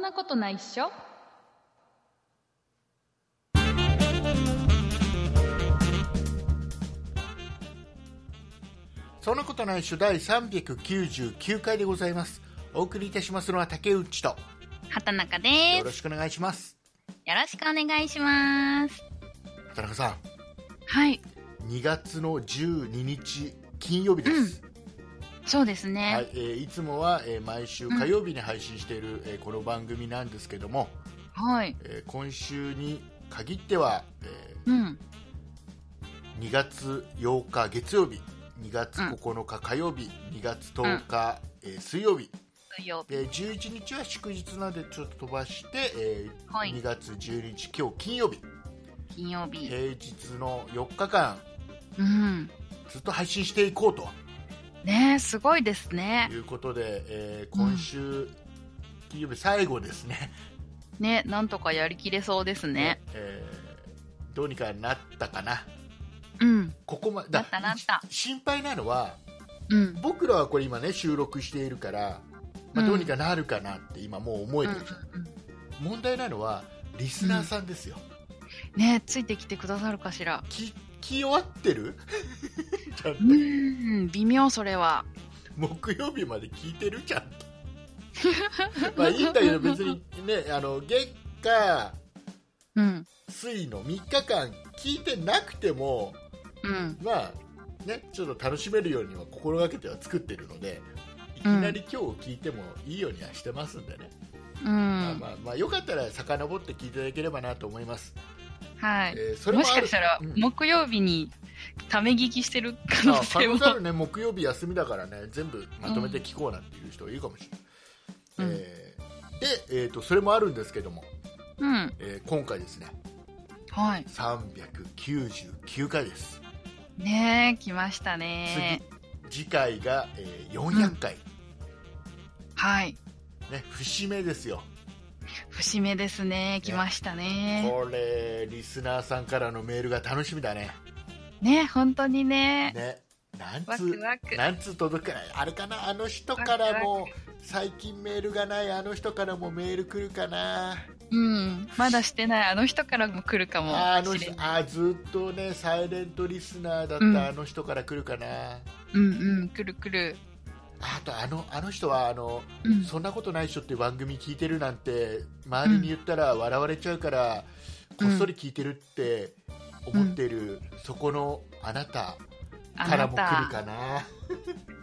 なことないっしょそんなことないっしょ第399回でございますお送りいたしますのは竹内と畑中よでろすしくお願いしますよろしくお願いします田中さはいん2月の12日金曜日です、そうですねはいえーいつもは、えー毎週火曜日に配信している、えーこの番組なんですけども、はい、えー今週に限っては、えうんー2月8日月曜日2月9日火曜日、2月10日、えー水曜日水曜日で11日は祝日なんでちょっと飛ばして、えーはい2月12日今日金曜日金曜日平日の4日間うんずっと配信していこうとねえすごいですねいうことで、えー今週、金曜日最後ですねねなんとかやりきれそうですね、えーどうにかなったかなうんここまなったなった心配なのはうん僕らはこれ今ね収録しているから、まうあ、んどうにかなるかなって今もう思えうんてうるんじゃん、問題なのはリスナーさんですよ、うんねえついてきてくださるかしら聞き終わってる ちゃんとうん微妙それは木曜日まで聞いてるじゃん とまあいいんだけど別にねあの月火うん水の3日間聞いてなくてもうんまあねちょっと楽しめるようには心がけては作ってるのでいきなり今日聞いてもいいようにはしてますんでね、うまあんまあまあよかったら遡って聞いていただければなと思います、はいえーそれももしあかるしたらうん木曜日にため聞きしてる可能あ性も軽々ね木曜日休みだからね全部まとめて聞こうなんていう人いるかもしれなうんい、えーで、えー、とそれもあるんですけども、うんえー今回ですねはい399回ですねえ来ましたね次回が、えー400回、はいね節目ですよ節目ですね来ましたねこれリスナーさんからのメールが楽しみだねねえ本当にねね何ワク通ワク何通届くかなあれかなあの人からも最近メールがないあの人からもメール来るかなうんまだしてないあの人からも来るかもあのし人れないあずっとねサイレントリスナーだうんったあの人から来るかな、うんうん来る来るあとあのあの人はあのうんそんなことないっしょっていう番組聞いてるなんて周りに言ったら笑われちゃうから、うんこっそり聞いてるって思ってる、そこのあなたあからなも来るたかな。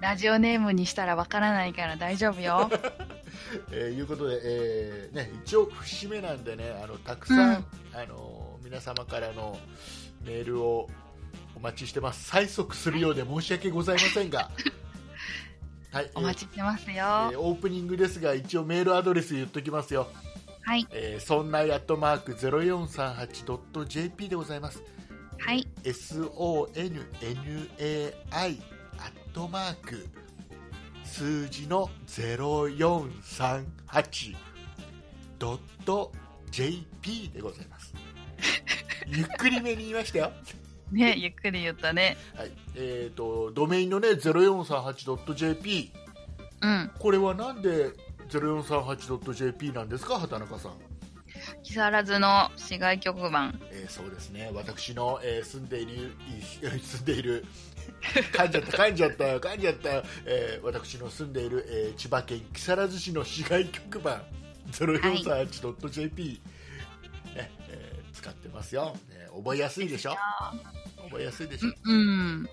ラジオネームにしたらわからないから大丈夫 よと、えーいうことで、えーね、一応節目なんでねあのたくさん、うんあの皆様からのメールをお待ちしてます催促するようで申し訳ございませ んが。はい、お待ちしてますよえーはえーオープニングですが一応メールアドレス言っときますよいえー、そんなやっとマーク 0438.jp でございますはい sonnai アットマーク数字の 0438.jp でございますゆっくりめに言いましたよ、ねゆっくり言ったねはいえー、とドメインのね 0438.jp うんこれはなんで 0438.jp なんですか畑中さん木更津の市外局番えーそうですね私の、えー住んでいるい 住んでいる 噛んじゃった噛んじゃったよ噛んじゃったよ、えー私の住んでいる、えー千葉県木更津市の市街局番 0438.jp、ねえー使ってますよ、ね覚えやすいでしょ覚えやすいでしょ、うん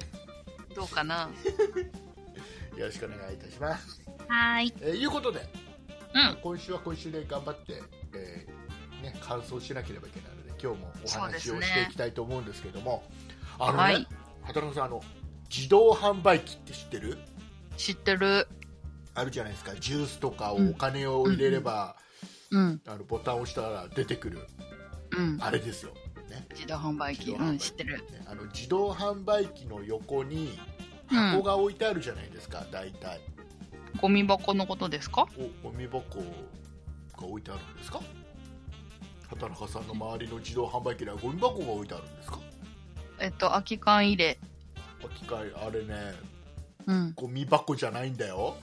どうかな よろしくお願いいたしますはいえーいうことで、うん今週は今週で頑張って、えーね、完走しなければいけないので今日もおそうです話をねしていきたいと思うんですけども、あのね、はい畑中さんあの自動販売機って知ってる知ってるあるじゃないですかジュースとかをうんお金を入れれば、うんあのボタンを押したら出てくるうんあれですよ、ね自動販売機自動販売う機ん知ってるねあの自動販売機の横にうん箱が置いてあるじゃないですか、大体ゴミ箱のことですかおゴミ箱が置いてあるんですか畑中さんの周りの自動販売機にはゴミ箱が置いてあるんですかえっと空き缶入れあ機械あれねうんゴミ箱じゃないんだよ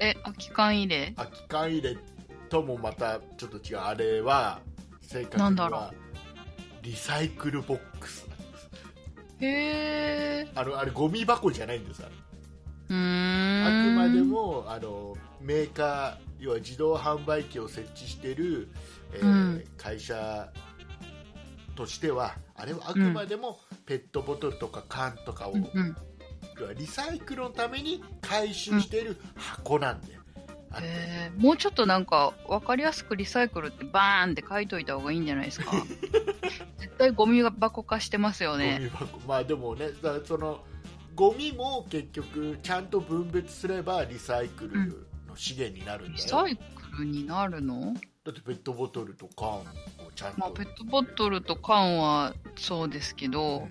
え空き缶入れ空き缶入れともまたちょっと違うあれは正確なんにだろはリサイクルボックスなんですへえ。あのあれゴミ箱じゃないんですあれうーあくん。まで。もあのメーカー要は自動販売機を設置している、えーうん会社としてはあれはあくまでもペットボトルとか缶とかを、うんうん。要はリサイクルのために回収している箱なんで、あってへーもうちょっとなんか分かりやすくリサイクルってバーンって書いといた方がいいんじゃないです か絶対ゴミ箱化してますよゴねミ箱まあでもねだからそのゴミも結局ちゃんと分別すればリサイクルの資源になるんリだよ、サイクルになるの、だってペットボトルと缶をちゃんと、まあ、ペットボトルと缶はそうですけうどん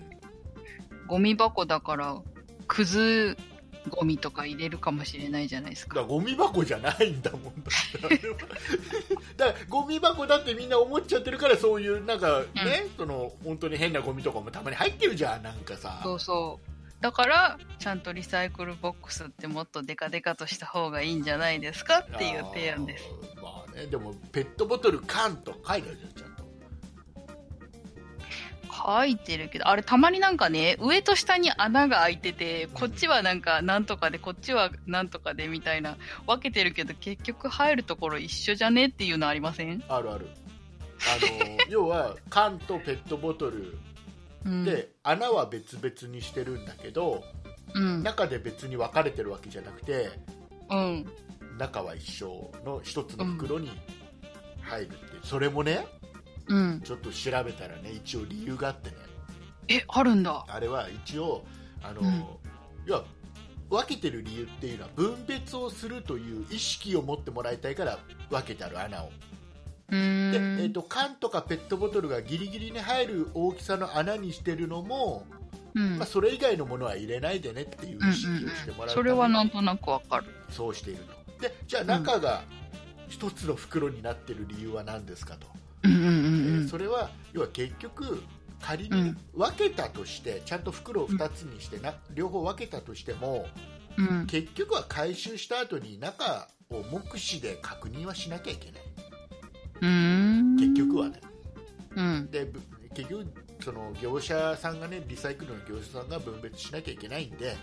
ゴミ箱だからくずゴミとか入れるかもしれないじゃないですだからかゴミ箱じゃないんだもんだ ってあれはだからゴミ箱だってみんな思っちゃってるからそういうなんかね、その本当に変なゴミとかもたまに入ってるじゃんなんかさそうそうだからちゃんとリサイクルボックスってもっとデカデカとした方がいいんじゃないですかっていう提案ですあーまあねでもペットボトル缶と書いてあるじゃんちゃんと書いてるけどあれたまになんかね上と下に穴が開いててこっちはなんかなんとかでこっちはなんとかでみたいな分けてるけど結局入るところ一緒じゃねっていうのありません、あるあるあ の要は缶とペットボトルうん、で、穴は別々にしてるんだけどうん中で別に分かれてるわけじゃなくてうん中は一緒の一つの袋に入るって、それもねうんちょっと調べたらね一応理由があってねえあるんだあれは一応あの、うん要は分けてる理由っていうのは分別をするという意識を持ってもらいたいから分けてある穴をうーんで、えー、と缶とかペットボトルがギリギリに入る大きさの穴にしてるのも、うんまあ、それ以外のものは入れないでねっていううんうんう意ん識をしてもらうそたれめはなんにとなくわかるそうしているとでじゃあ中が一つの袋になってる理由は何ですかと、うんうんうえーんそれは要は結局仮うにん分けたとしてちゃんと袋を2つにしてな両方分けたとしてもうんうん結局は回収した後に中を目視で確認はしなきゃいけないうーん結局はねうんでぶ結局その業者さんがねリサイクルの業者さんが分別しなきゃいけないんで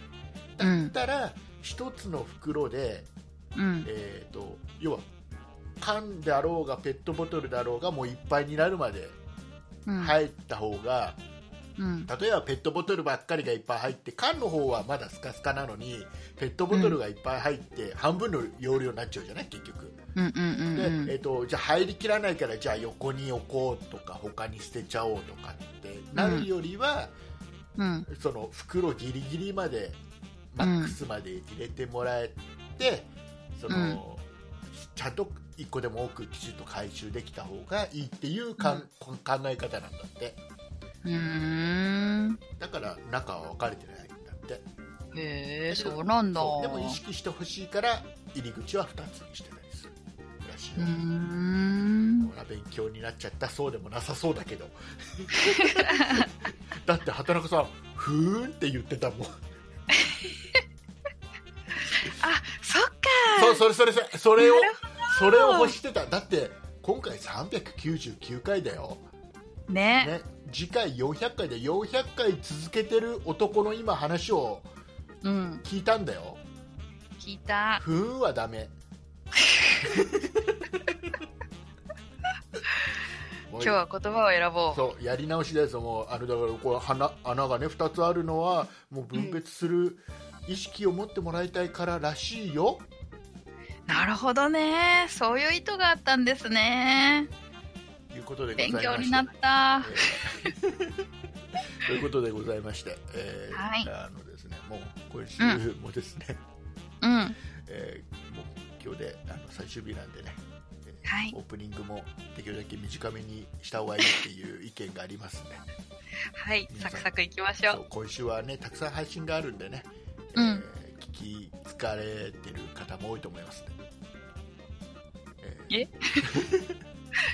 うだっんたら一つの袋で、うんえー、と要は缶であろうがペットボトルだろうがもういっぱいになるまでうん入った方が、うん例えばペットボトルばっかりがいっぱい入って缶の方はまだスカスカなのにペットボトルがいっぱい入って半分の容量になっちゃうじゃない結局うんうんうんで、うんえっとじゃあ入りきらないからじゃあ横に置こうとか他に捨てちゃおうとかってなるよりは、うんその袋ギリギリまでマックスまで入れてもらえて、そのちゃんと1個でも多くきちんと回収できた方がいいっていうかん、こ考え方なんだってうーんだから中は分かれてないんだってへえそうなんだそうでも意識してほしいから入り口は2つにしてたりするらしいうよー、んほら勉強になっちゃったそうでもなさそうだけど だって畑中さん「ふーん」って言ってたもあんそっかそうそれそれそれそれをなるそれを欲してただって今回399回だよ、ねね、次回400回で400回続けてる男の今話をうん聞いたんだよ聞いたふーんはダ メも今う日は言葉を選ぼうそうやり直しですもうあのだからこう穴穴がね2つあるのはもう分別する意識を持ってもらいたいかららしいよ、なるほどねそういう意図があったんですねということでござい勉強ましてになったえーということでございまして、えーはいあのですねもう今週もですね、うんはえーもう今日であの最終日なんでねいオープニングもできるだけ短めにした方がいいっていう意見がありますんではいサクサクいきましょそうう今週はねたくさん配信があるんでね、うんえー聞き疲れてる方も多いと思いますんで、えー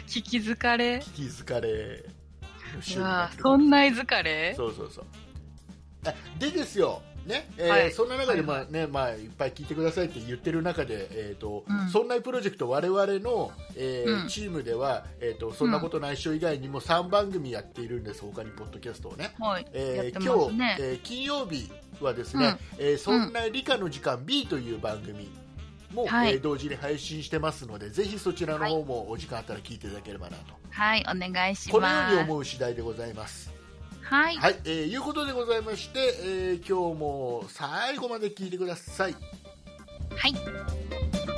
聞き疲れ聞き疲れの週うになわってるかもしれないそんな疲れそうそうそうあでですよねえーはいそんな中で、まあねまあ、いっぱい聞いてくださいって言ってる中で、えーとうんそんなプロジェクト我々の、えーうんチームでは、えーと「そんなことないっしょ」以外にも3番組やっているんです他にポッドキャストをね。はい。やっえてーま今す日、ね。えー金曜日はですね、えーそんな理科の時間 B という番組も、はいえー同時に配信してますのでぜひそちらの方もお時間あったら聞いていただければなと、はい、お願いしこのよまうにす。思う次第でございます。はい。はい、えーいうことでございまして、えー今日も最後まで聞いてください。はい。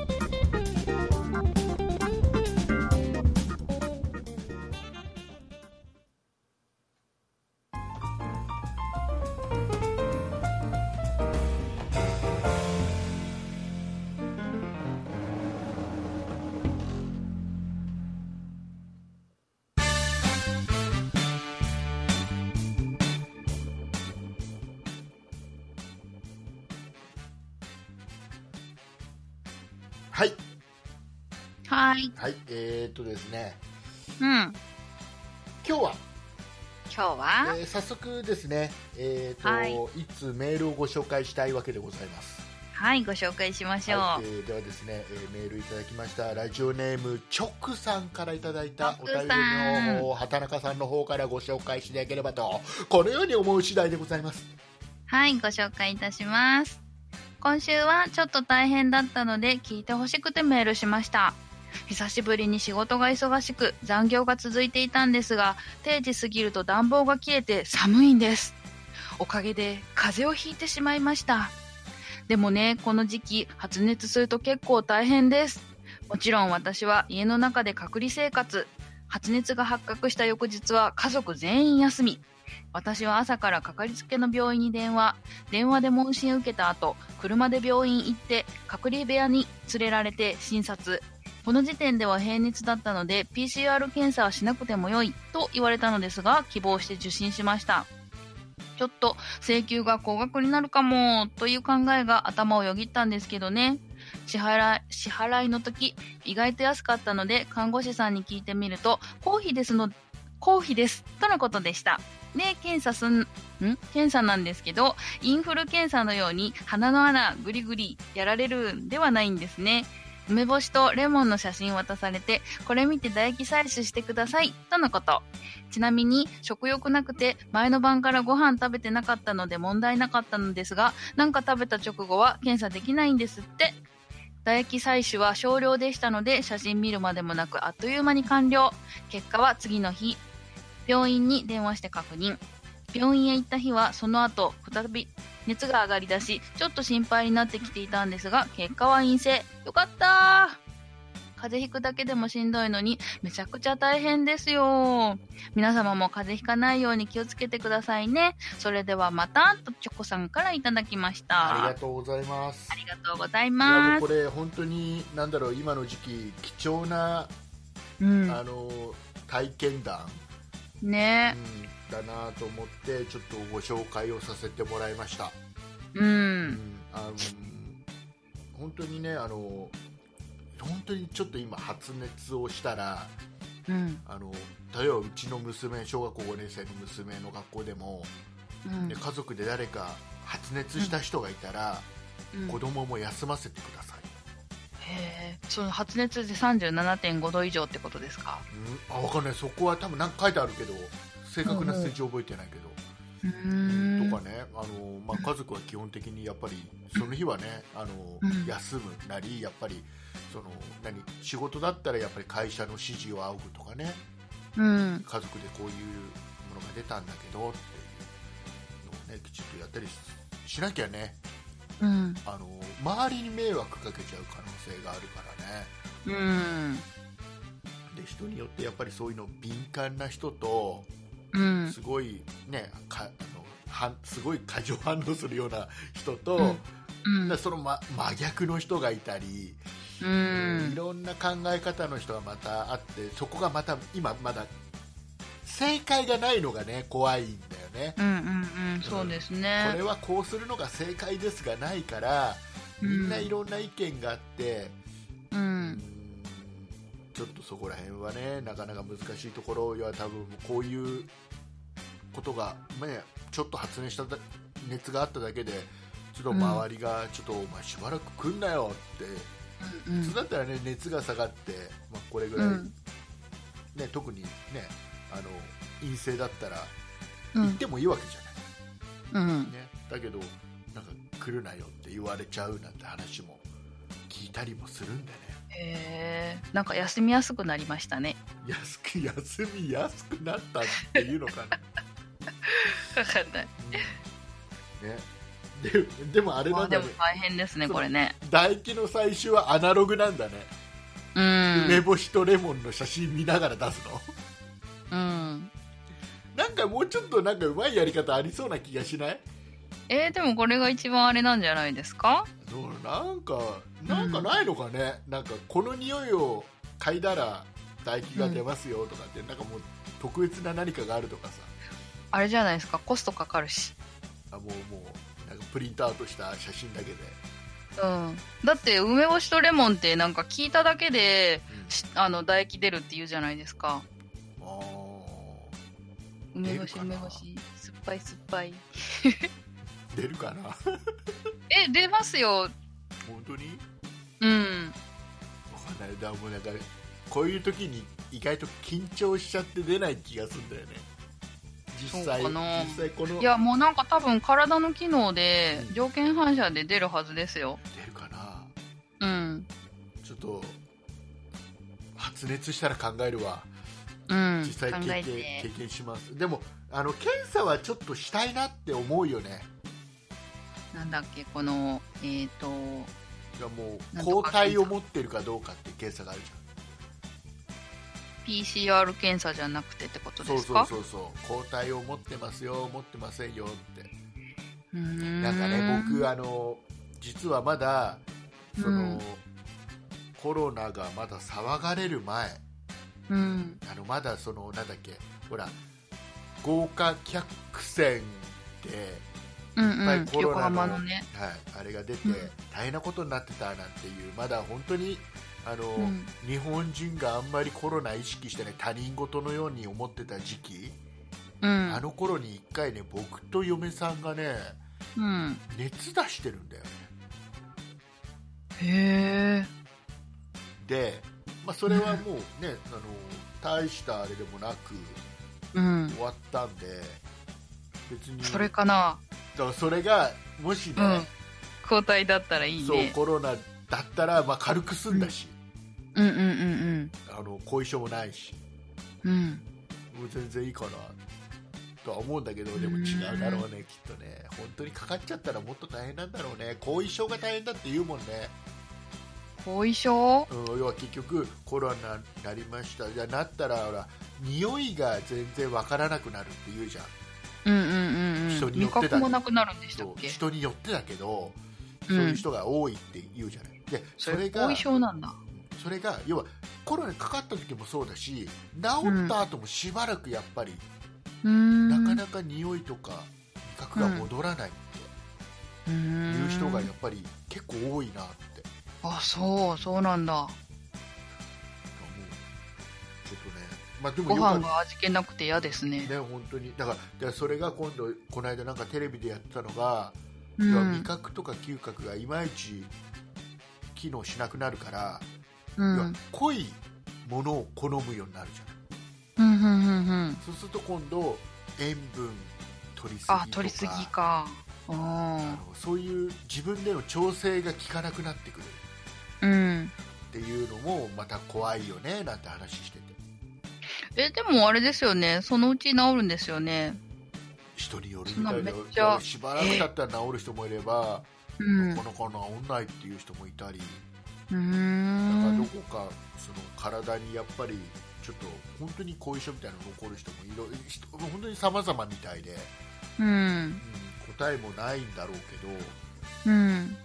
はい、はい。はい、えーっとですね、うん。今今日は、日は、えー早速ですね、えーとはいい、つメールをご紹介したいわけでございます。はい、ご紹介しましょう。はいえーではですね、えーメールいただきましたラジオネームチョクさんからいただいたおチョ便りクさんの方を畑中さんの方からご紹介していただければとこのように思う次第でございますはい、ご紹介いたします。今週はちょっと大変だったので聞いてほしくてメールしました。久しぶりに仕事が忙しく残業が続いていたんですが、定時過ぎると暖房が切れて寒いんです。おかげで風邪をひいてしまいました。でもね、この時期発熱すると結構大変です。もちろん私は家の中で隔離生活。発熱が発覚した翌日は家族全員休み。私は朝からかかりつけの病院に電話電話で問診を受けた後車で病院行って隔離部屋に連れられて診察この時点では平熱だったので PCR 検査はしなくてもよいと言われたのですが希望して受診しましたちょっと請求が高額になるかもという考えが頭をよぎったんですけどね支払い支払いの時意外と安かったので看護師さんに聞いてみると公費ですの公費ですとのことでしたで検査すんん検査なんですけどインフル検査のように鼻の穴グリグリやられるんではないんですね梅干しとレモンの写真渡されてこれ見て唾液採取してくださいとのことちなみに食欲なくて前の晩からご飯食べてなかったので問題なかったのですがなんか食べた直後は検査できないんですって唾液採取は少量でしたので写真見るまでもなくあっという間に完了結果は次の日病院に電話して確認病院へ行った日はその後再び熱が上がりだしちょっと心配になってきていたんですが結果は陰性よかったー風邪ひくだけでもしんどいのにめちゃくちゃ大変ですよ皆様も風邪ひかないように気をつけてくださいねそれではまたとチョコさんからいただきましあたりがとうございますありがとうございいやもまうこすれ本当になんだろう今の時期貴重な、うんあの体験談、ねうんだなと思ってちょっとご紹介をさせてもらいました、ううんんあの本当にねあの本当にちょっと今発熱をしたらうんあの例えばうちの娘小学校5年生の娘の学校でも、うんね家族で誰か発熱した人がいたら、うん子供も休ませてください、へえその発熱で37.5度以上ってことですかうん、あ分かんないそこは多分なんか書いてあるけど正確な数字覚えてないけど、うーんとかねあの、まあ、家族は基本的にやっぱりその日はねあの、うん休むなりやっぱりその何仕事だったらやっぱり会社の指示を仰ぐとかねうん家族でこういうものが出たんだけどっていうのをねきちっとやったりししなきゃねうんあの周りに迷惑かけちゃう可能性があるからねうんで人によってやっぱりそういうの敏感な人とうんすごいねかあのはすごい過剰反応するような人と、うんうだからんその、ま、真逆の人がいたり、ういんろんな考え方の人がまたあってそこがまた今まだ正解がないのがね怖いんだよね、うんうんそうですこねれはこうするのが正解ですがないからみんないろんな意見があって、ううんちょっとそこら辺はねなかなか難しいところいや多分こういうことが、ね、ちょっと発熱しただ熱があっただけでちょっと周りが、ちょっとお前しばらく来んなよって、うんうん普通だったらね熱が下がって、まあ、これぐらい、うんね、特にねあの陰性だったらう行っんてもいいわけじゃない、うんね、だけどなんか来るなよって言われちゃうなんて話も聞いたりもするんでねへえなんか休みやすくなりましたね 安く休み安くなったっていうのか なわかんないね、ででもあれまなあんでだもね大変ですねそうこれね唾液の採取はアナログなんだね、う梅ん干しとレモンの写真見ながら出すのうんなんかもうちょっとなんかうまいやり方ありそうな気がしないえーでもこれが一番あれなんじゃないですかどうなんかなんかないのかね、なんかこの匂いを嗅いだら唾液が出ますよとかって、なんかもう特別な何かがあるとかさあれじゃないですかコストかかるしあもうもうなんかプリントアウトした写真だけで、うんだって梅干しとレモンってなんか聞いただけでうんしあの唾液出るって言うじゃないですかあ梅干し出るかな梅干し酸っぱい酸っぱいー出るかなえ出ますよ本当にうんわかんないだからもうなんかこういう時に意外と緊張しちゃって出ない気がするんだよね実際そうかな実際このいやもうなんか多分体の機能でうん条件反射で出るはずですよ出るかなうんちょっと発熱したら考えるわうん実際考経え験,、経て験しますでもあの検査はちょっとしたいなって思うよねなんだっけこのえっ、といやもなうんと抗か体を持ってるかどうかって検査があるじゃ PCR 検査じゃなくてってことんでそうすそかうそうそう抗体を持ってますよ持ってませんよってうーんなんかね僕あの実はまだその、うんコロナがまだ騒がれる前うんあのまだそのなんだっけほら豪華客船で、うんいっぱいうんコロ横ナの浜のねはい、あれが出てうん大変なことになってたなんていうまだ本当にあの、うん日本人があんまりコロナ意識してない他人事のように思ってた時期、うんあの頃に一回ね僕と嫁さんがねうん熱出してるんだよねへえで、まあ、それはもう ね、あの大したあれでもなくうん終わったんで別にそれかなだからそれがもしね、うん抗体だったらいいそうねコロナだったら、まあ、軽く済んだし、うんうんうんあの後遺症もないしうんうんもう全然いいかなとは思うんだけどでも違うだろうねきっとね本当にかかっちゃったらもっと大変なんだろうね後遺症が大変だって言うもんね、後遺症うん、要は結局コロナになりましたじゃあなったらほら匂いが全然わからなくなるって言うじゃんうんうんうんう人んによ味って覚だねもなくなるんでしたっそうけ人によってだけど、うんそういう人が多いって言うじゃないでそれが後遺症なんだそれが要はコロナにかかった時もそうだし治った後もしばらくやっぱり、うーんなかなか匂いとか味覚が戻らないってうーんいう人がやっぱり結構多いなってあそうそうなんだ思うちょっとねまあでもごよか飯っが味気なくて嫌ですねたね本当にだからだからそれが今度この間なんかテレビでやってたのが、う要は味ん覚とか嗅覚がいまいち機能しなくなるから、う要はん濃いものを好むようになるじゃないうんうんうんうんそうすると今度塩分取りすぎとかあ取りすぎかうあんのそういう自分での調整が効かなくなってくるうんっていうのもまた怖いよねなんて話しててえでもあれですよねそのうち治るんですよね人によるみたいだよそんなめっちゃしばらく経ったら治る人もいれば、うんなかなか治んないっていう人もいたり、うーなんんかどこかその体にやっぱりちょっと本当に後遺症みたいなの残る人もいろ人本当に様々みたいで、うんうん答えもないんだろううん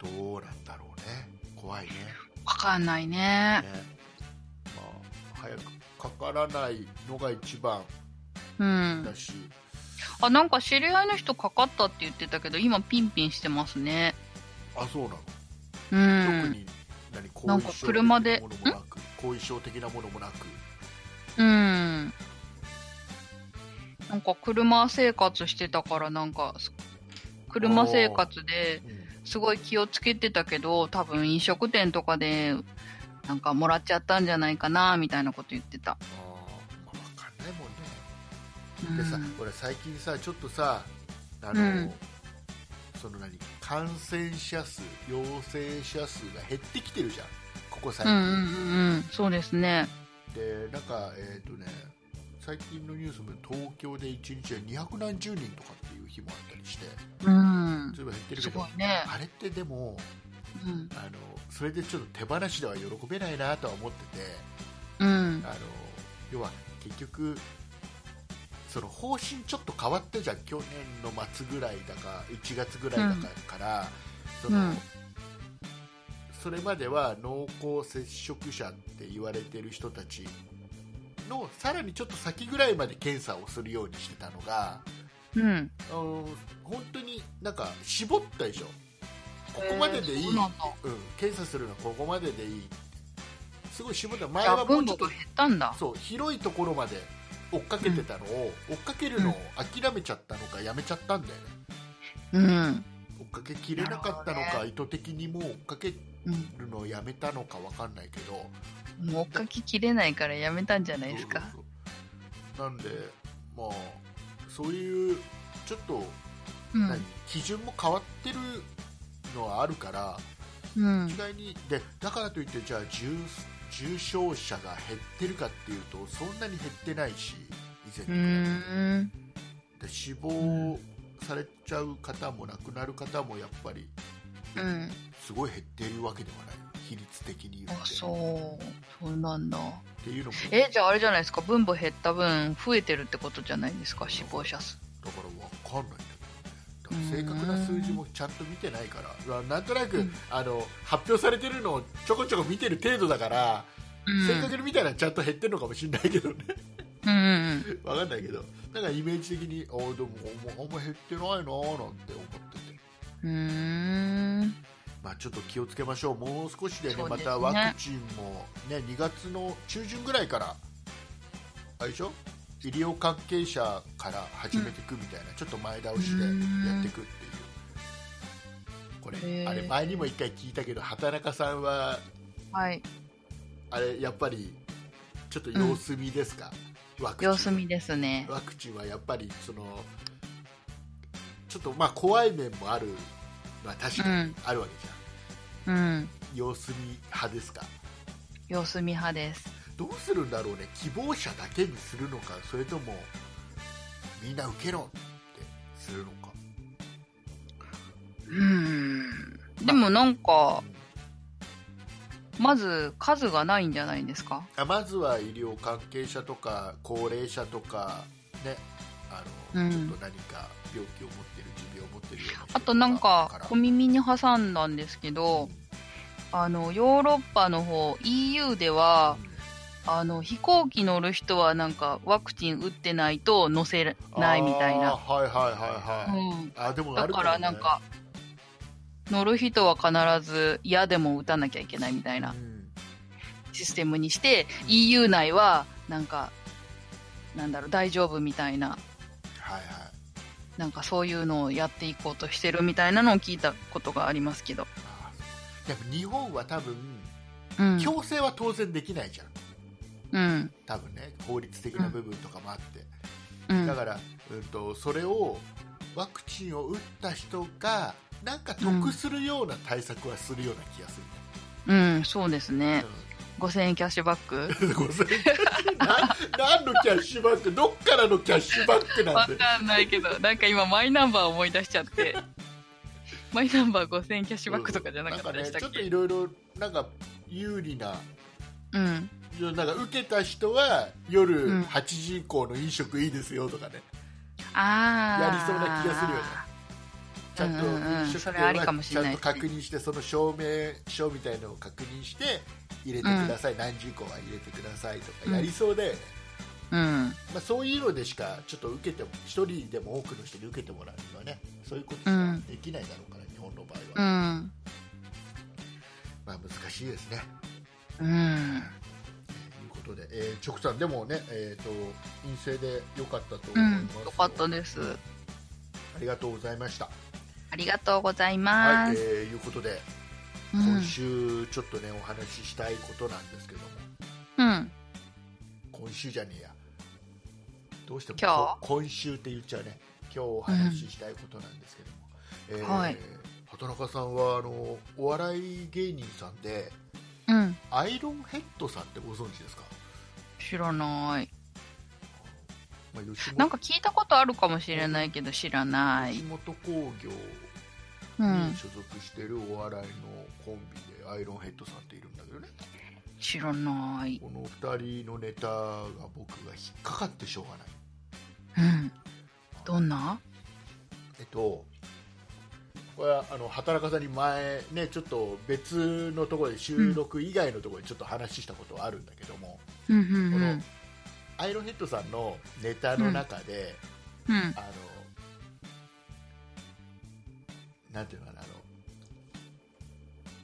けどどうなんだろうね怖いねわかんないねねまあ早くかからないのが一番うんだし、あなんか知り合いの人かかったって言ってたけど今ピンピンしてますねあそうなのう特んに何後なん遺か症的な車でものもなく後遺症的なものもなくうんなんか車生活してたからなんかす車生活ですごい気をつけてたけど多分飲食店とかでなんかもらっちゃったんじゃないかなみたいなこと言ってた、あーまあ、分かんないもんねうん、でさ俺最近さちょっとさあの、うんその何感染者数陽性者数が減ってきてるじゃんここ最うん近、うんうんうんそうですねでなんかえっ、とね最近のニュースも東京で1日は2何十人とかっていう日もあったりしてうんずいぶん減ってるけすどごいね、あれってでもうんあのそれでちょっと手放しでは喜べないなとは思っててうんあ、の要は結局その方針ちょっと変わったじゃん去年の末ぐらいだか1月ぐらいだかから、そのうんそれまでは濃厚接触者って言われてる人たちのさらにちょっと先ぐらいまで検査をするようにしてたのが、うん、あの本当になんか絞ったでしょここまででいい、えーそううんなんだ検査するのはここまででいいすごい絞った前じゃあはもう分ち母ょっとが減ったんだそう広いところまで追っかけてたのを、追っかけるのを諦めちゃったのかやめちゃったんだよねうん、追っかけきれなかったのなるほか、ど意図的にもう追っかけうん、るのをやめたのかわかんないけどもう追っかききれないからやめたんじゃないですかそうそうそうなんでまあそういうちょっと、う何ん基準も変わってるのはあるからうん一概にでだからといってじゃあ重重症者が減ってるかっていうとそんなに減ってないし以う前と比べてーんで死亡されちゃう方も亡くなる方もやっぱりうんすごい減っているわけではない比率的に言あってそうそうなんだっていうのもだかえじゃああれじゃないですか分母減った分増えてるってことじゃないですか死亡者数ら分かんないんだけどねだから正確な数字もちゃんと見てないからうわなんとなく、うんあの発表されてるのをちょこちょこ見てる程度だから、うん正確に見たらちゃんと減ってるのかもしれないけどね うんうん分かんないけどなんかイメージ的にあーでもあんまあんま減ってないなーなんて思ってて。うんうーんまあ、ちょっと気をつけましょう、もう少しで,、ねそうまですねたワクチンも、ね、2月の中旬ぐらいから、あれでしょ医療関係者から始めていくみたいな、ちょっと前倒しでやっていくっていう、これへ、ーあれ前にも1回聞いたけど、畑中さんは、はいあれ、やっぱりちょっと様子見ですか、ワクチン様子見ですねワクチンはやっぱりその、ちょっとまあ怖い面もあるのは確かにあるわけじゃん。うん様子見派ですか様子見派ですどうするんだろうね希望者だけにするのかそれともみんな受けろってするのかうんでもなんかまず数がないんじゃないんですかあまずは医療関係者とか高齢者とかねあの、うんちょっと何か病気を持ってる持病を持ってるような人あとなんか小ら耳に挟んだんですけどあのヨーロッパの方 EU ではあの飛行機乗る人はなんかワクチン打ってないと乗せないみたいあな、ーはいはいはいはい、うん、あでもあだるかもねらなんか乗る人は必ず嫌でも打たなきゃいけないみたいなうんシステムにして EU 内はなんかなんだろう大丈夫みたいなはいはいなんかそういうのをやっていこうとしてるみたいなのを聞いたことがありますけど、あーやっぱ日本は多分うん、強制は当然できないじゃんうん多分ね法律的な部分とかもあって、うんだから、うん、とそれをワクチンを打った人がなんか得するような対策はするような気がするうん、そうですねね、 5000円キャッシュバッ クうんごめん な何のキャッシュバックどっからのキャッシュバックなわんてかんないけど、なんか今、マイナンバー思い出しちゃ って、マイナンバー5000円キャッシュバックとかじゃなかったでしたなんかねちょっっとけ、いろいろなんか有利なうん、なんか受けた人は夜うん8時以降の飲食いいですよとかね、あーやりそうな気がするよねちゃんとうんうんうん飲そ食れあり店かはもしちれゃないんでとすね確認してその証明書みたいのを確認して入れてください、何時以降は入れてくださいとうかんやりそうで、うん、まあ、そういうのでしかちょっと受けても一人でも多くの人に受けてもらうのはねそういうことしかできないだろうから、日本の場合うは、ん、まあ、難しいですね。うん、ということでえー、直さんでもね、えーと、陰性で良かったと思ういんます。、よかったです。ありがとうございました。ありがとうございはまい、えーす。いうことで、う今ん週ちょっとね、お話ししたいことなんですけども、うん、今週じゃねえや。どうしても今日こ今週って言っちゃうね。今日お話ししたいことなんですけども、えーはい畑中さんはあのお笑い芸人さんでうん、アイロンヘッドさんってご存知ですか？知らない。まあ、吉本なんか聞いたことあるかもしれないけど、知らない吉。本興業うんに、所属してるお笑いのコンビでアイロンヘッドさんっているんだけどね知らない。この2人のネタが僕が引っかかってしょうがないうん、どんなえっとこれはあの働かさんに前ねちょっと別のところで収録以外のところでちょっと話したことはあるんだけども、うん、うこん、のアイロンヘッドさんのネタの中で、うん。うん、あのなんていうのかなあの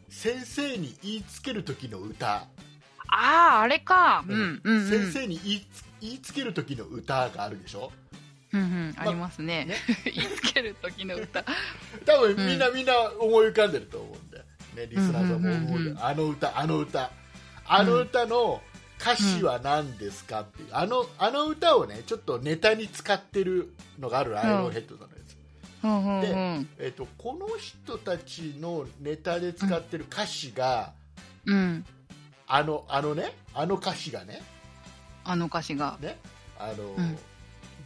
先生に言いつける時の歌、ああ、あれか。うん、うん、うん。先生に言いつ言いつける時の歌があるでしょうんうん、ありますね。ね 言いつける時の歌。多分うんみんなみんな思い浮かんでると思うんで、ね、リスナーさんも思う,、うんうんうんうんあの歌あの歌あの歌の歌詞は何ですかっていう、あのあの歌をねちょっとネタに使ってるのがあるアイロンヘッドさんのやつ、 うんうんうんえっとこの人たちのネタで使ってる歌詞が、うん。あのあのねあの歌詞がねあの歌詞が。ねあの、ん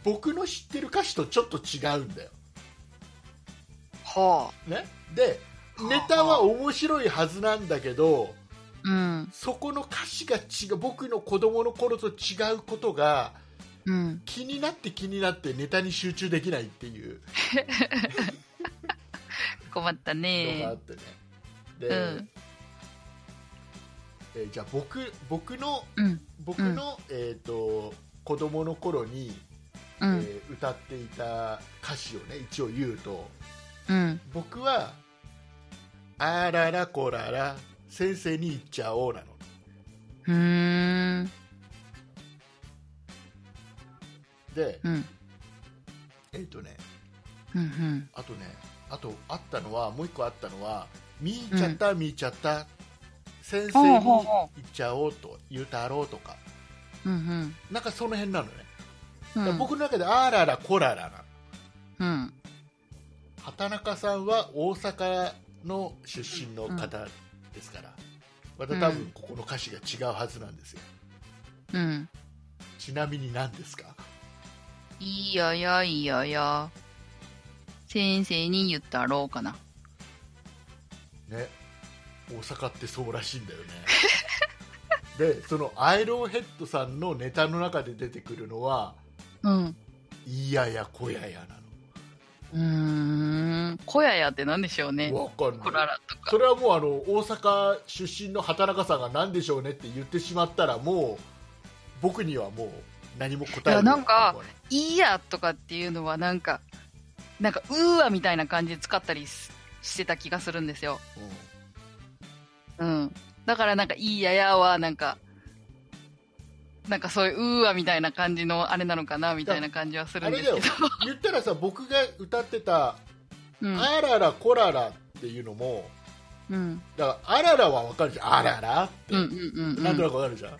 僕の知ってる歌詞とちょっと違うんだよ、はね、ではあネタは面白いはずなんだけどあ。うん。そこの歌詞が違う僕の子供の頃と違うことがうん。気になって気になってネタに集中できないっていう困ったのがあねっ。てね、で、うんえーじゃあ僕僕のうん。僕の、えー、と子供の頃に、うえん。ー歌っていた歌詞をね一応言うとうん。僕は「あららこらら先生に言っちゃおう」なのうーん。でうん。えっ、とねうん。うん。あとねあとあったのはもう一個あったのは「見入っちゃった、見入っちゃった先生に言っちゃおう」と「言うたろう」とかうん。なんかその辺なのね、うだん。から僕の中で「あららこらら」なのうん。畑中さんは大阪の出身の方ですから、また多分ここの歌詞が違うはずなんですよ、うん。ちなみに何ですかいややいやや。先生に言ったろうかな。ね大阪ってそうらしいんだ よねでそのアイロンヘッドさんのネタの中で出てくるのはうん。いややこややなうーん。小屋やってなんでしょうねの。わかんこならいらとか。それはもうあの大阪出身の畑中さんが何でしょうねって言ってしまったらもう僕にはもう何も答えるいやなんかいいやとかっていうのはなんか、なんか、うーわみたいな感じで使ったりししてた気がするんですよ。うんうん。だからなんか、いいややはなんか、なんかそういう、うーわみたいな感じのあれなのかなみたいな感じはするんですけど。言ったらさ僕が歌ってた う「ん。あららこらら」っていうのもうん。だから「あらら」は分かるじゃん「あらら」って、うんうんうん。なんとなく分かるじゃん、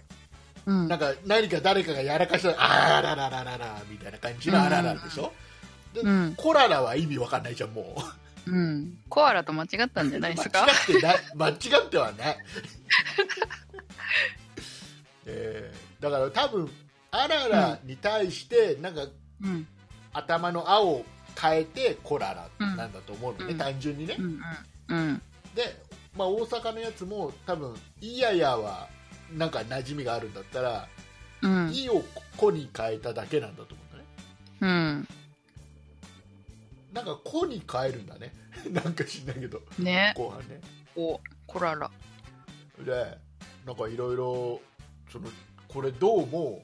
うん。なんか何か誰かがやらかしたら「あららららら」みたいな感じの「あらら」でしょでうんコララは意味わかんないじゃんもううん。コアラと間違ったんじゃないで間違すかってない間違ってはない、 えーだから多分「あらら」に対してなんかうん。頭の「あ」を変えて「コララ」なんだと思うのね、うん単純にね、うんうん。うん。で、まあ、大阪のやつも多分「いやや」はなんか馴染みがあるんだったらうん「い、を「こ」に変えただけなんだと思うんだねうん。なんか「こ」に変えるんだね なんか知んないけどね。後半ねお、コララ。でなんかいろいろそのこれどうも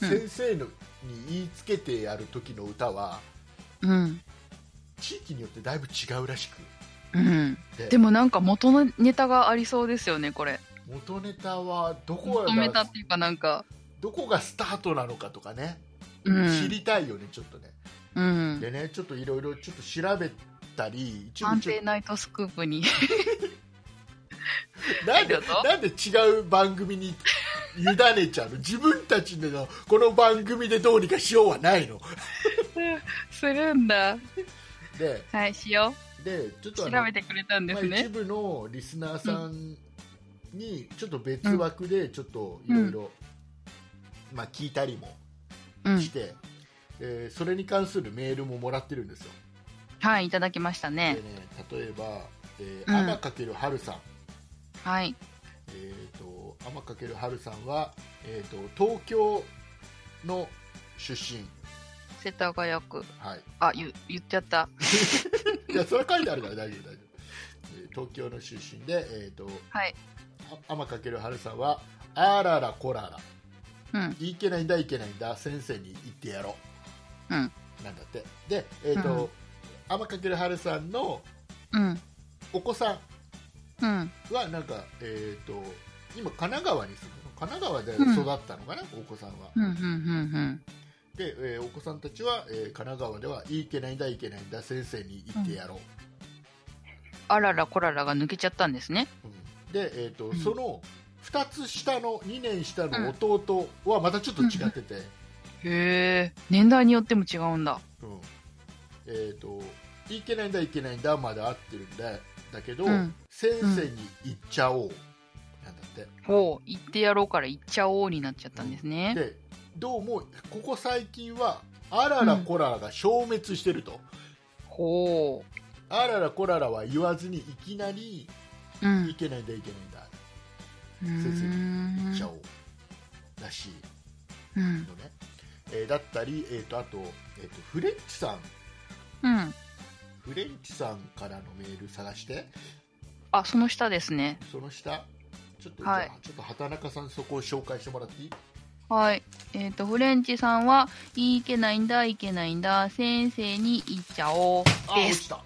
うん先生の、に言いつけてやる時の歌はうん。地域によってだいぶ違うらしくうん。ででもなんか元のネタがありそうですよね、これ。元ネタはどこ求めたっていうかなんか、どこがスタートなのかとかね、うん、知りたいよねちょっとねうん。でねちょっといろいろちょっと調べたり一部探ちょっ偵ナイトスクープに。となんでどうぞなんで違う番組に委ねちゃうの自分たちでのこの番組でどうにかしようはないのするんだ。ではい、しよでちょっう。と調あのべてくれたんでまあ、す一ね。部のリスナーさんにちょっと別枠でちょっといろいろまあ聞いたりもうんし。て、えーそれに関するメールももらってるんですよはい、いただきましたでねね。例えば、えーうん天翔春さん、はい。えー、と天翔春さんは、えー、と東京の出身、世田谷区。はい、あ、言、言っちゃった。いやそれ書いてあるから大丈夫大丈夫えー東京の出身で、えー、とはい。あ天翔春さんは「あららこららうん。いけないんだいけないんだ先生に言ってやろう」うんなんだってで、えーと天翔春さんのうん。お子さうん。んはなんか、えー、と今神奈川に住むの神奈川でうん育ったのかな、お子さんはうん。うん。うん。で、えーお子さんたちは、えー神奈川では「いけないんだいけないんだ先生に言ってやろうあららこららが抜けちゃったんですね。」うんで、えーとんその2つ下の2年下の弟はまたちょっと違ってて、へえ。年代によっても違うんだ。うんえーと「いけないんだいけないんだ」まで合ってるんだだけど、うん先生に言っちゃおうなんだって、ほう、言ってやろうから言っちゃおうになっちゃったんですね。でどうもここ最近はあららこららが消滅してると、ほあららこららは言わずにいきなりう。う「いん。けないんだいけないんだ」う生んちゃおうらしいうん。のね、えーだったり、えー、とあと,、えー、とフレンチさんうん。フレンチさんからのメール探してあ、その下ですね。その下ちょっと、はいじゃあちょっと畑中さんそこを紹介してもらっていいはい。えっ、と、フレンチさんは、いけないんだ、いけないんだ、先生に言っちゃおうあで落す。ちた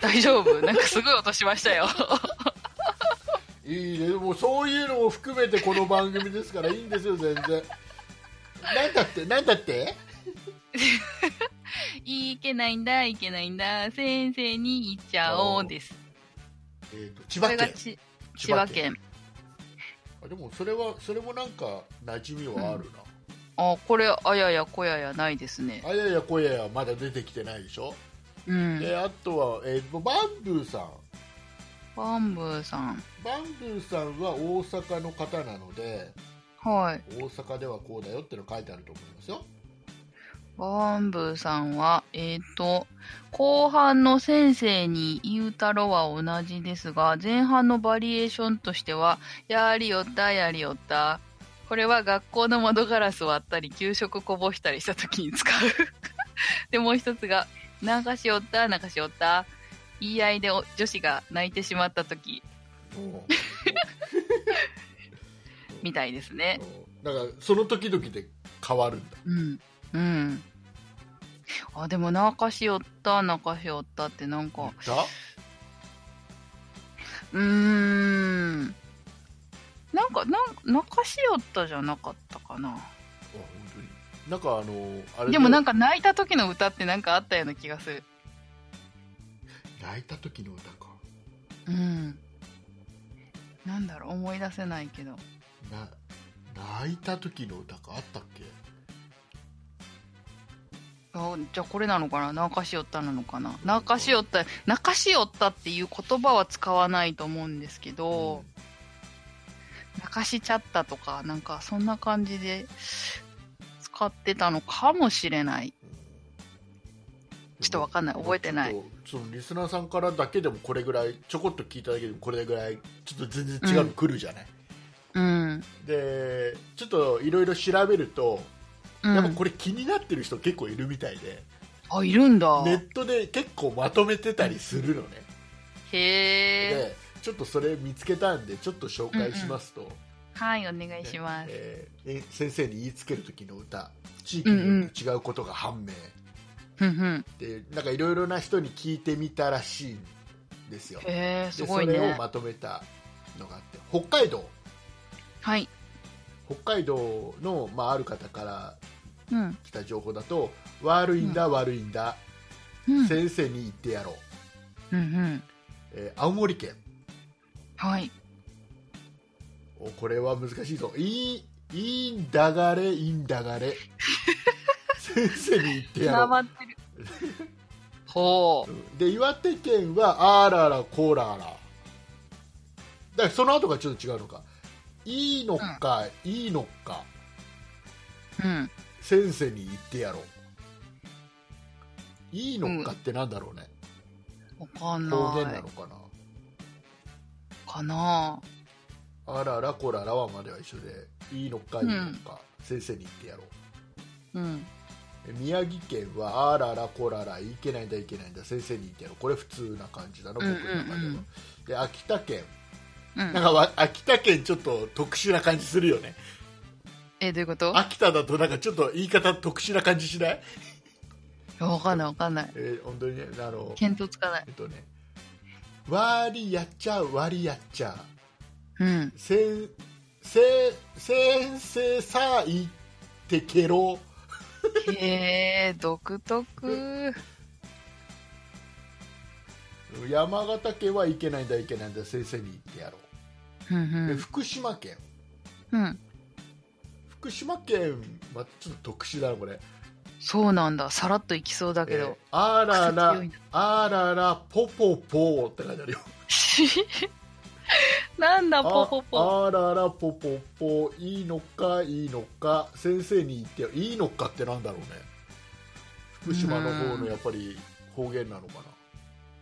大丈夫なんかすごい音しましたよ。 いいねもうそういうのも含めてこの番組ですからいいんですよ全然 なんだってなんだっていけないんだ、いけないんだ、先生に言っちゃおうです。えーと千こ葉れが県ち千葉県。あでもそれはそれもなんか馴染みはあるな、あ、これ、あややこややないですね。あややこややまだ出てきてないでしょ、うん。であとは、えー、とバンブーさんバンブーさん。バンブーさんは大阪の方なのではい。大阪ではこうだよっての書いてあると思いますよバンブーさんは、えっ、と、後半の先生に言うたろは同じですが、前半のバリエーションとしては、やりよった、やりよった。これは学校の窓ガラス割ったり、給食こぼしたりした時に使う。 で、もう一つが、なんかしよった、なんかしよった。言い合いでお女子が泣いてしまった時みたいですね。だからその時々で変わるんだうん。うん。あ、でも、なんかしよった、なんかしよったってなんか、だうーん。なんか、なん泣かしよったじゃなかったかな。あ本当になんかあのあれでもなんかか泣いた時の歌ってなんかあったような気がする。泣いた時の歌かうん。なんだろう、思い出せないけど。な泣いた時の歌かあったっけあじゃあこれなのかな泣かしよったなのかな泣かしよった、泣かしよったっていう言葉は使わないと思うんですけど、泣かしちゃったとか、なんかそんな感じで使ってたのかもしれない。うんちょっとわかんない覚えてないちょっとそのリスナーさんからだけでもこれぐらいちょこっと聞いただけでもこれぐらいちょっと全然違うの来るじゃない、うん。でちょっといろいろ調べると、うん、やっぱこれ気になってる人結構いるみたいであ、いるんだ。ネットで結構まとめてたりするのね、へえ。でちょっとそれ見つけたんでちょっと紹介しますと、はい、お願いします。えーえ先生に言いつける時の歌地域によって違うことが判明、ふんふん。でなんかいろいろな人に聞いてみたらしいんですよへえ、ですごいそれをね。まとめたのがあって北海道はい。北海道の、まあ、ある方からうん。来た情報だと悪いんだ、悪いんだ、うん。うん先生に言ってやろう、うん。えー青森県はい。おこれは難しいぞいいいいんだがれいいん だがれ先生に言ってやろうって る。ほうんで岩手県はあららこららだからその後がちょっと違うのかいいのか、いいのかう。うん。先生に言ってやろういいのかってなんだろうね、わかん表現なないの。かなかなあららこららはまでは一緒でいいのかいいのか、先生に言ってやろううん。え宮城県はあららこららいけないんだいけないんだ先生に言ってやろうこれ普通な感じだな僕の中では、うんうんうんで秋田県うなんん。かわ秋田県ちょっと特殊な感じするよねえ、どういうことわ秋田だとなんかちょっと言い方特殊な感じしない、かんないわかんない。えー本当にねあの見当つかないえ。っとね割りやっちゃう割りやっちゃううん。せんせ先生さあ言ってけろへえ、独特。山形県はいけないんだいけないんだ先生に言ってやろうんう、うでん。福島県うん。福島県はちょっと特殊だなこれ、そうなんだ。さらっといきそうだえけーど。あら癖ら強いんだあららポポポーって書いてあるよ なんだ、ポポポ。ああららポポポーいいのかいいのか先生に言ってよいいのかってなんだろうね福島の方のやっぱり方言なのか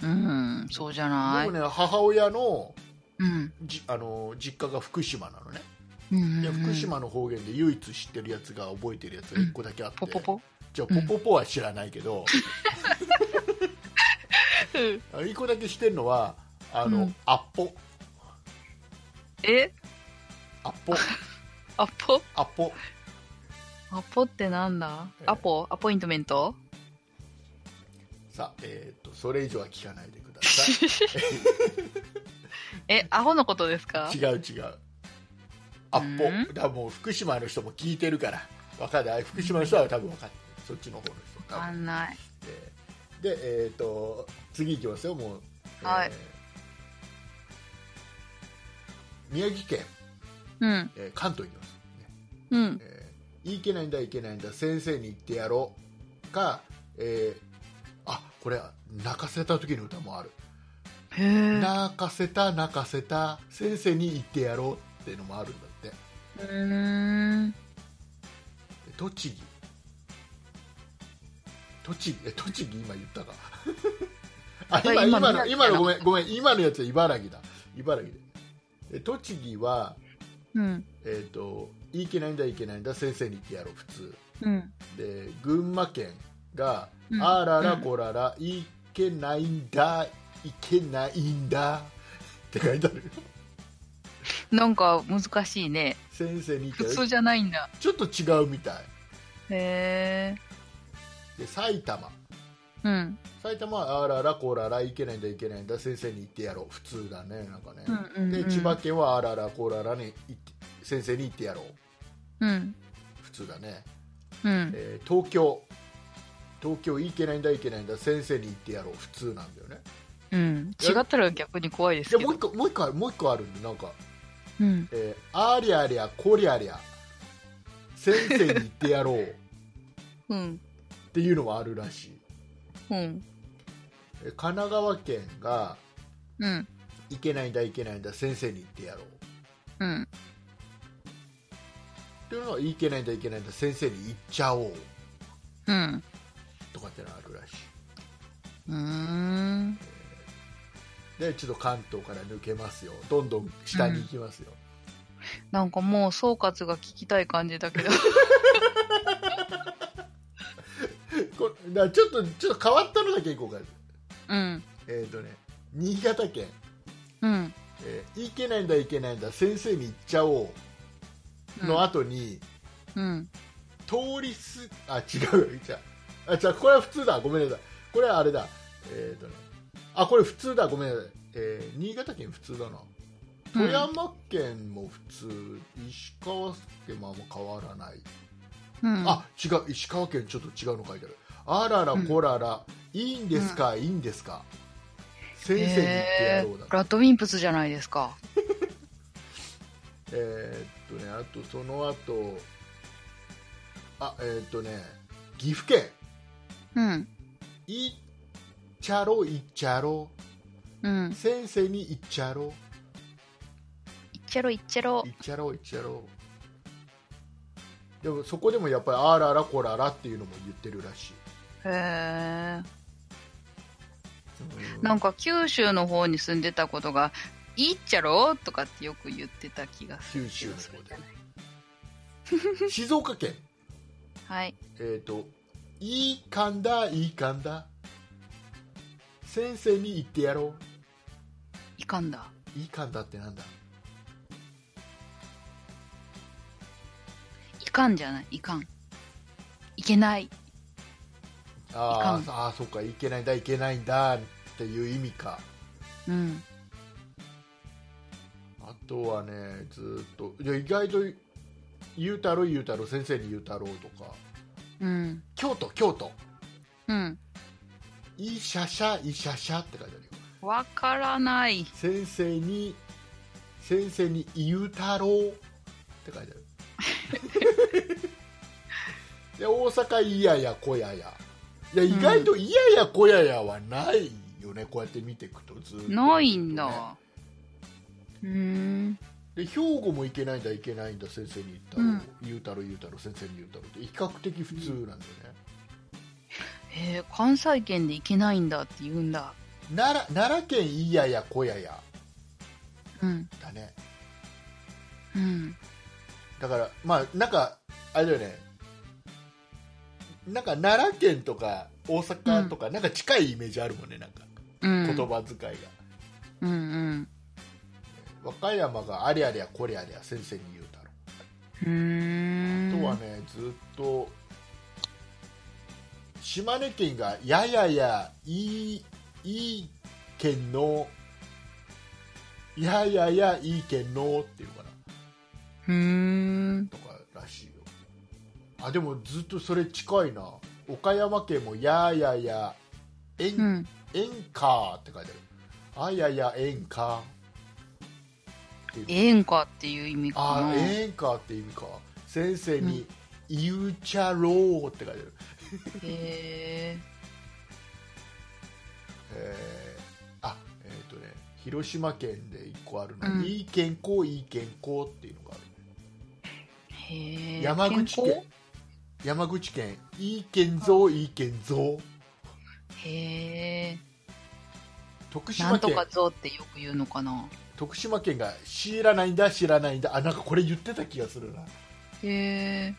うん、そうじゃなない僕ね母親のうん。じあの実家が福島なのねうんで福。島の方言で唯一知ってるやつが覚えてるやつが1個だけあって、ポポ ポ。じゃあポポポは知らないけ ど、あ一個だけ知ってるのはあの、うんアッポえアッポアポアッポアポってなんだえーアポアポイントメントさあえっ、とそれ以上は聞かないでくださえ、アホのことですかい違う違うアッポうんだからもう福島の人も聞いてるからわかんない福島の人は多分わかんないそっちの方の人わ多か分んない。ででえっ、と次いきますよもう、えーはい宮城県、うん、えー関東いきます、ねうん、えーいけないんだいけないんだ先生に言ってやろうか、えーあこれ泣かせた時の歌もあるへえ。泣かせた泣かせた先生に言ってやろうっていうのもあるんだってうーん。栃木栃木え栃木今言ったかあこ今れ今今ののやつ今やのなごめんごめん今のやつは茨城だ茨城でえ栃木はうん、えっ、といけないんだいけないんだ先生に言ってやろう普通うん、で群馬県が、うんあららうんこらら、いけないんだいけないんだって書いてあるなんか難しいね先生に言って普やる通じゃないんだちょっと違うみたいへえで埼玉うん埼玉はあららこららいけないんだいけないんだ先生に言ってやろう普通だねなんかね、うんうんうんで千葉県はあららこららに言って先生に言ってやろううん普通だね、うんえー東京東京いけないんだいけないんだ先生に言ってやろう普通なんだよねうん違ったら逆に怖いですでけもうど一個もう一個あるもう一個あるんでなんかうんえーありゃりゃこりゃりゃ先生に言ってやろうっうんていうのはあるらしいうんえー神奈川県がうんいけないんだいけないんだ先生に言ってやろううんっていうのはいけないんだいけないんだ先生に言っちゃおううんとかってのがあるらしうーんいでちょっと関東から抜けますよどんどん下に行きますよ、なんかもう総括が聞きたい感じだ けど こだからちょっとちょっと変わったのだけいこうかうんえっ、とね新潟県、うんえーいけないんだいけないんだ先生に言っちゃおうの後に、うん通りすあ違うじゃあ違うこれは普通だごめんなさいこれはあれだえっ、とねあこれ普通だごめんなさい、えー新潟県普通だな富山県も普通、石川県もあんま変わらない、うん、あ違う石川県ちょっと違うの書いてあるあららうんこらら、いいんですか、いいんですか先生に言ってやえろうだ、ー、ラッドウィンプスじゃないですか。えーっとねあとその後あえーっとね岐阜県うん、いっちゃろいっちゃろうん。先生にいっちゃろいっちゃろいっちゃろい。っちゃろいっちゃろでもそこでもやっぱりあららこららっていうのも言ってるらしい、へえ。うんなんか九州の方に住んでたことが、いいっちゃろとかってよく言ってた気がする。九州の方そうじゃない静岡県はい。えっ、と「いいかんだいいかんだ」先生に言ってやろいかんだ。う「いいかんだ」ってなんだいかんじゃない。いかん。いけない。あいーあーそうかいけないんだいけないんだっていう意味かうん。あとはねずーっといや意外と「言うたろう言うたろう先生に言うたろう」とかうん。京都京都うん。 「いしゃしゃいしゃしゃ」って書いてあるよわからない。先生に先生に言うたろうって書いて あるで大阪いややこややいや意外といややこややはないよね、こうやって見ていくとずっとないんだ。うーん。で兵庫もいけないんだいけないんだ先生に言ったろう、うん言うたろう言うたろう先生に言うたろうって比較的普通なんだよね、へえ、関西圏でいけないんだって言うんだ。奈良奈良県いややこややうん。だねうん。だからまあなんかあれだよねなんか奈良県とか大阪とか、なんか近いイメージあるもんねなんかうん。言葉遣いが、うんうん。和歌山がありゃりゃこりゃりゃ先生に言うだろうーん。う、あとはねずっと島根県がやややいいいい県のやややいい県のっていうかなうーん。とからしいよあでもずっとそれ近いな岡山県も「やーやーやーえん,、うん。えんか」って書いてある「あーやーやーえんか」演歌っていう意味かあな。ーえんかって意味か先生に「言うちゃろう」って書いてあるへえ。えーあえっ、とね広島県で一個あるの、うんいい健康いい健康っていうのがあるへえ。山口健県山口県いい健ぞいい健ぞ康。へえ。徳な島んと県かぞってよく言うのかな。徳島県が知らないんだ知らないんだあなんかこれ言ってた気がするなへえ。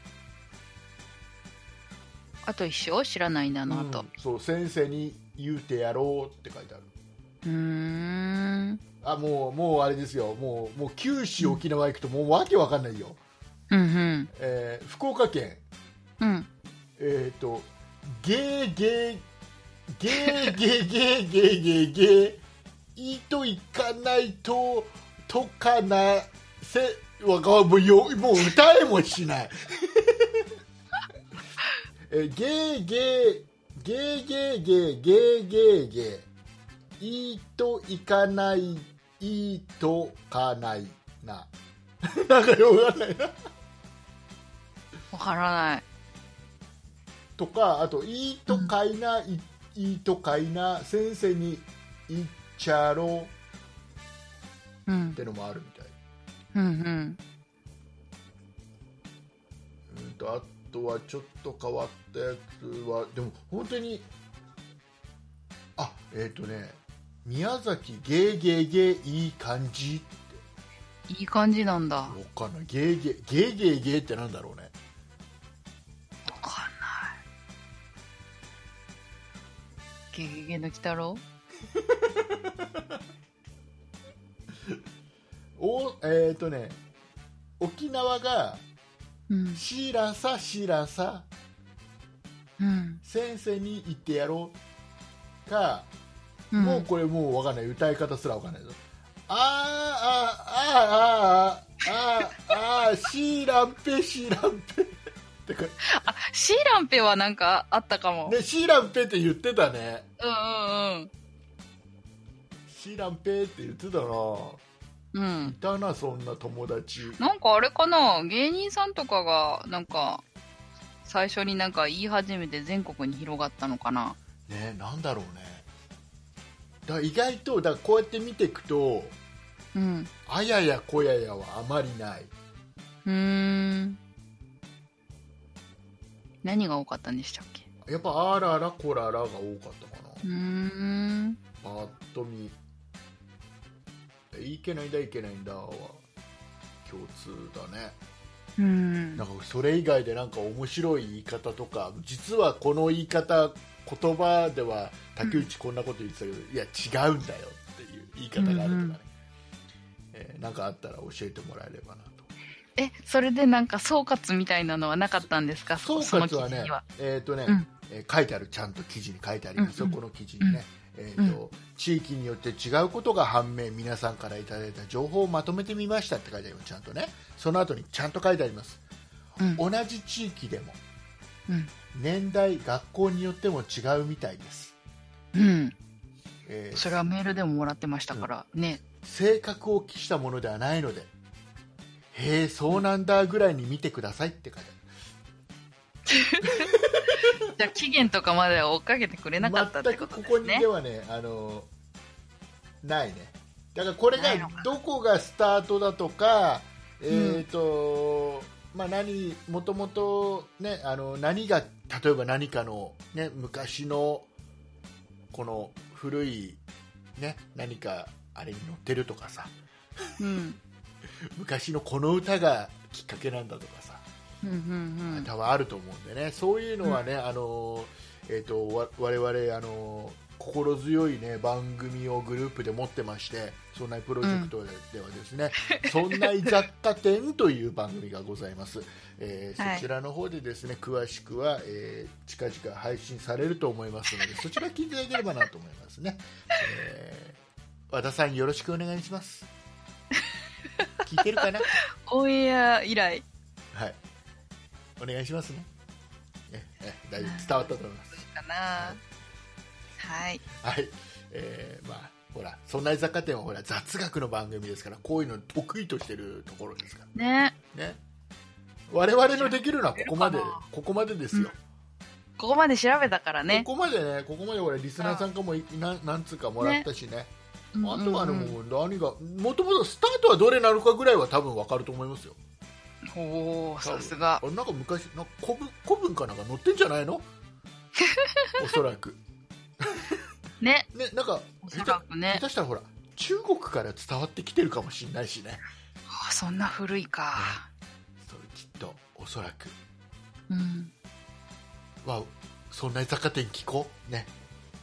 あと一緒知らないんだなと。うんそう先生に言うてやろうって書いてあるうーん。あもうもうあれですよもうもう九州沖縄行くともうわけわかんないよ、うんうん。えー福岡県うん。えっ、とゲーゲーゲーゲーゲーゲーゲーゲーいいといかないととかなせわかもうよもう歌えもしない えーゲーゲーゲーゲーゲーゲーゲーゲーいいといかないいいとかないな なんかよくわかんないなわからない。とかあと「いいとかいな、いいいとかいな先生に言っちゃろう」うっん。てのもあるみたいうんうん。うんとあとはちょっと変わったやつはでも本当にあえっ、とね宮崎ゲーゲーゲーいい感じいい感じなんだ。わわかんないゲーゲーゲーゲーゲーってなんだろうねかんない。ゲゲゲの鬼太郎おえっ、とね沖縄がうん。「しらさしらさ」うん。先生に言ってやろうかうんもうこれもうわかんない歌い方すらわかんないぞあーあーあーあーあーあーシーランペシーランペってかあ、シーランペはなんかあったかも。ねシーランペって言ってたねうんシーランペって言ってたなうんうん。ういん。たなそんな友達なんかあれかな芸人さんとかが、なんか、最初になんか言い始めて全国に広がったのかなねなんだろうねだから意外とだからこうやって見ていくとうん。あややこややはあまりないうーん。何が多かったんでしたっけやっぱあららこららが多かったかなうーん。パッと見いけないんだいけないんだは共通だねうんなんかそれ以外でなんか面白い言い方とか実はこの言い方言葉では竹内こんなこと言ってたけど、いや違うんだよっていう言い方があるとかね、うんうんえーなんかあったら教えてもらえればなとえ、それでなんか総括みたいなのはなかったんですか総そその記括は事ねには。えっ、とね、うんえー書いてあるちゃんと記事に書いてありますよ、うんうんこの記事にね、えーと地域によって違うことが判明皆さんからいただいた情報をまとめてみましたって書いてありますちゃんとねその後にちゃんと書いてありますうん。同じ地域でもうん。年代学校によっても違うみたいです、うん。えーそれはメールでももらってましたから、ね。性格を期したものではないのでへえそうなんだぐらいに見てくださいって書いてあるじゃあ期限とかまでは追っかけてくれなかったってことで全くここすにねで。はねあのないねだからこれがないのかどこがスタートだとかえっ、と、まあ何もともとねあの何が例えば何かのね昔のこの古いね何かあれに載ってるとかさうん。昔のこの歌がきっかけなんだとかさうんうん多分あると思うんでね、そういうのはね、あのえー、とわ我々あの心強い、ね、番組をグループで持ってまして、そんなプロジェクトでではですね、そんな雑貨店という番組がございます、えーはいそちらの方でですね詳しくは、えー近々配信されると思いますので、そちら聞いていただければなと思いますね。えー和田さんよろしくお願いします。 聞いてるかなうん。オンエア以来。はい。お願いしますね。え、え、大丈夫、伝わったと思います。かな。はい。はい。えーまあ、ほら、そんな雑貨店はほら、雑学の番組ですから、こういうの得意としてるところですかね。らね。我々のできるのはここまでやってるか、ここまでですよ。ここまで調べたからね。ここまでね、ここまでほら、リスナーさんからもい、なん、なんつうかもらったしね。あとはね、うんうんうんもう何が、もともとスタートはどれなのかぐらいは多分わかると思いますよ。おおさすがあ。れなんか昔なんか古文古文かなんか載ってんじ ゃないのおそらくね。ねなんかおそ下手らくね下。手したらほら中国から伝わってきてるかもしれないしねあそんな古いか。それきっとおそらくうん。はそんな雑貨店聞こうね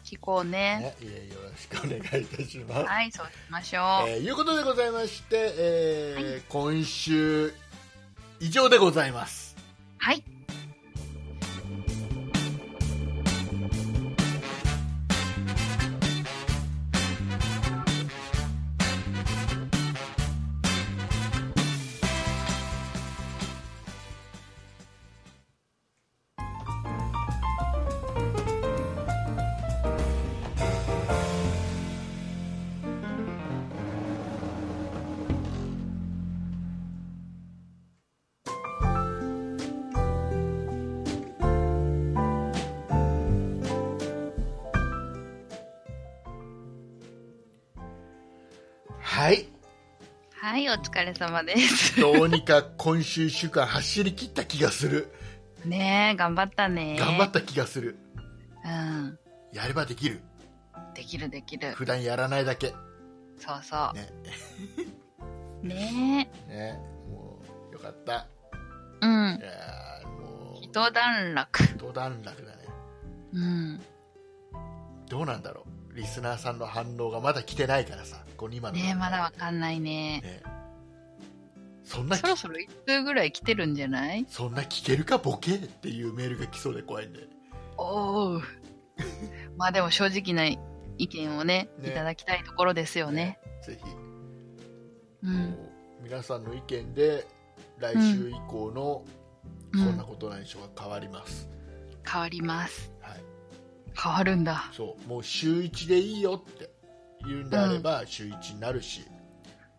聞こうね。ねえーよろしくお願いいたします、はい、そうしましょう。えーいうことでございまして、えー今週以上でございますはい。はいはい、お疲れ様 です。どうにか今週1週間走り切った気がする、ねえ、頑張ったね。頑張った気がするた。うん。やればできるできるできる。普段やらないだけそうそう。ね ねねもうよかったえ。うんい。やーもう一段落。一段落だねうん。どうなんだろうリスナーさんの反応がまだ来てないからさこの今のねえ、まだわかんないね。ねそんなそろそろ一通ぐらい来てるんじゃないそんな聞けるかボケっていうメールが来そうで怖いんでお お。まあでも正直な意見をね、ねいただきたいところですよね。ぜひうんこう皆さんの意見で来週以降の「うそんなんことないでしょ」が変わります、変わりますはい、変わるんだそうもう週1でいいよって言うんであれば週1になるし、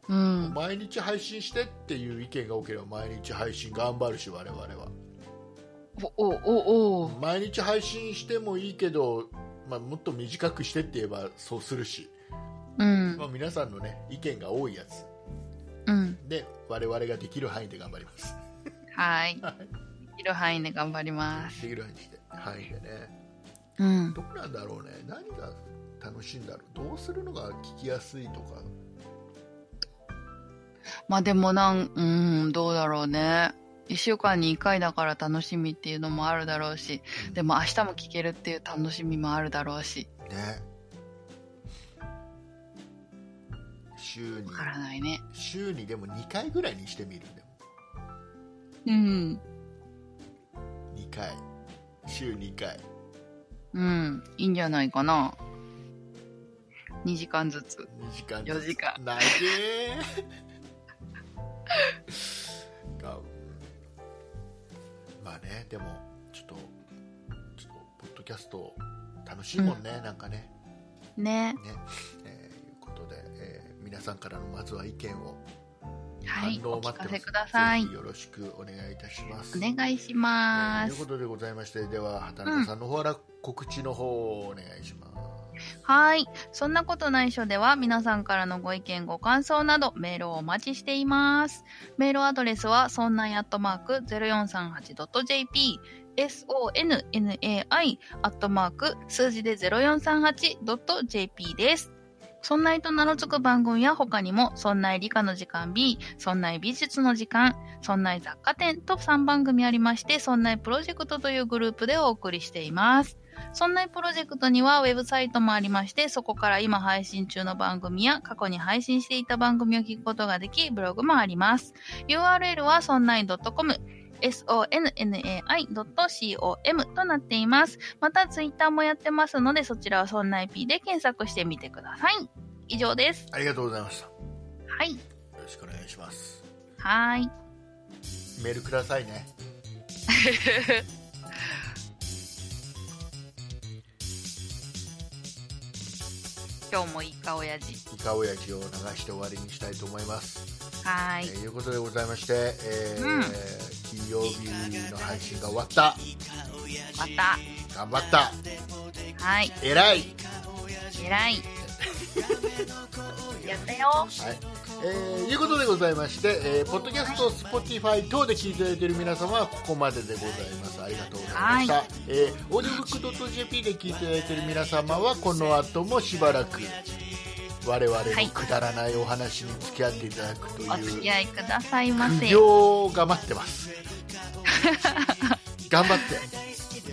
うもうん毎日配信してっていう意見が多ければ毎日配信頑張るし我々はおおおお毎日配信してもいいけど、まあ、もっと短くしてって言えばそうするし、うんまあ、皆さんのね意見が多いやつうんで我々ができる範囲で頑張りますはいはできる範囲で頑張りますできる範囲で範囲でねうんどうなんだろうね何が楽しいんだろうどうするのが聞きやすいとかまあでもなんうんどうだろうね1週間に1回だから楽しみっていうのもあるだろうしでも明日も聞けるっていう楽しみもあるだろうしね週にわからないね週にでも2回ぐらいにしてみるうでもん2回週2回うんいいんじゃないかな2時間ずつ2時間4時間長えがうんまあねでもちょっとちょっとポッドキャスト楽しいもんね、なんかねねえーいうことで、えー皆さんからのまずは意見をはい反応おを聞待かってませすくださいぜひよろしくお願いいたしますお願いしまえーというすことでございましてでは畑中さんの方から告知の方をお願いします、はい。そんなことないっしょでは皆さんからのご意見、ご感想などメールをお待ちしています。メールアドレスはそんなんアットマーク 0438.jp sonnai アットマーク数字で 0438.jp です。そんないと名の付く番組は他にも、そんない理科の時間 B、そんない美術の時間、そんない雑貨店と3番組ありまして、そんないプロジェクトというグループでお送りしています。そんなプロジェクトにはウェブサイトもありまして、そこから今配信中の番組や過去に配信していた番組を聞くことができ、ブログもあります。URL はそんない .com。sonnai.com となっています。また、ツイッターもやってますので、そちらはそんない P で検索してみてください。以上です。ありがとうございましたよはい。ろしくお願いしますはーい。メールくださいね今日もいい顔やじ。イカオヤジを流して終わりにしたいと思います。はーい。と、えーいうことでございまして、えーうん金曜日の配信が終わった、また。頑張った、はい。偉い、はい偉い。やったよ。えーいうことでございまして、えーポッドキャスト、Spotify 等で聞いていただいている皆様はここまででございます。ありがとうございました。はいえー、audiobook.jp で聞いていただいている皆様はこの後もしばらく我々のくだらないお話に付き合っていただくという、お付き合いくださいま苦せ。行が待ってます頑張って、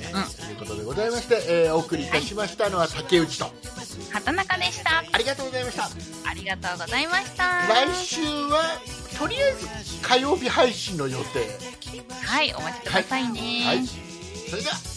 ということでございまして、えーお送りいたしましたのは竹内と、畑中でした。ありがとうございましたありがとうございました。来週はとりあえず火曜日配信の予定はい、お待ちくださいね。はいそれでは